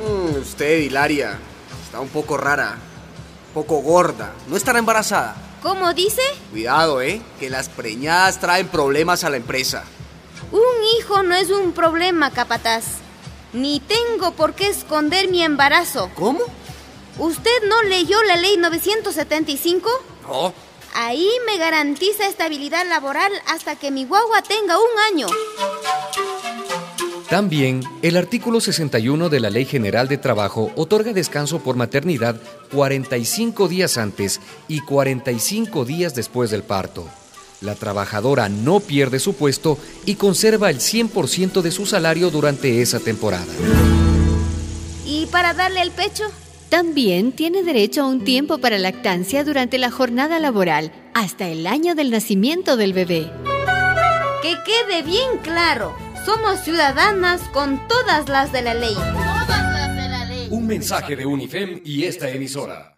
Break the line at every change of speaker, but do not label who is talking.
con Mm, usted, Hilaria. Está un poco rara, un poco gorda. No estará embarazada.
¿Cómo dice?
Cuidado, ¿eh? Que las preñadas traen problemas a la empresa.
Un hijo no es un problema, capataz. Ni tengo por qué esconder mi embarazo.
¿Cómo?
¿Usted no leyó la ley 975?
No.
Ahí me garantiza estabilidad laboral hasta que mi guagua tenga un año.
También, el artículo 61 de la Ley General de Trabajo otorga descanso por maternidad 45 días antes y 45 días después del parto. La trabajadora no pierde su puesto y conserva el 100% de su salario durante esa temporada.
¿Y para darle el pecho?
También tiene derecho a un tiempo para lactancia durante la jornada laboral hasta el año del nacimiento del bebé.
Que quede bien claro, somos ciudadanas con todas las de la ley.
Un mensaje de UNIFEM y esta emisora.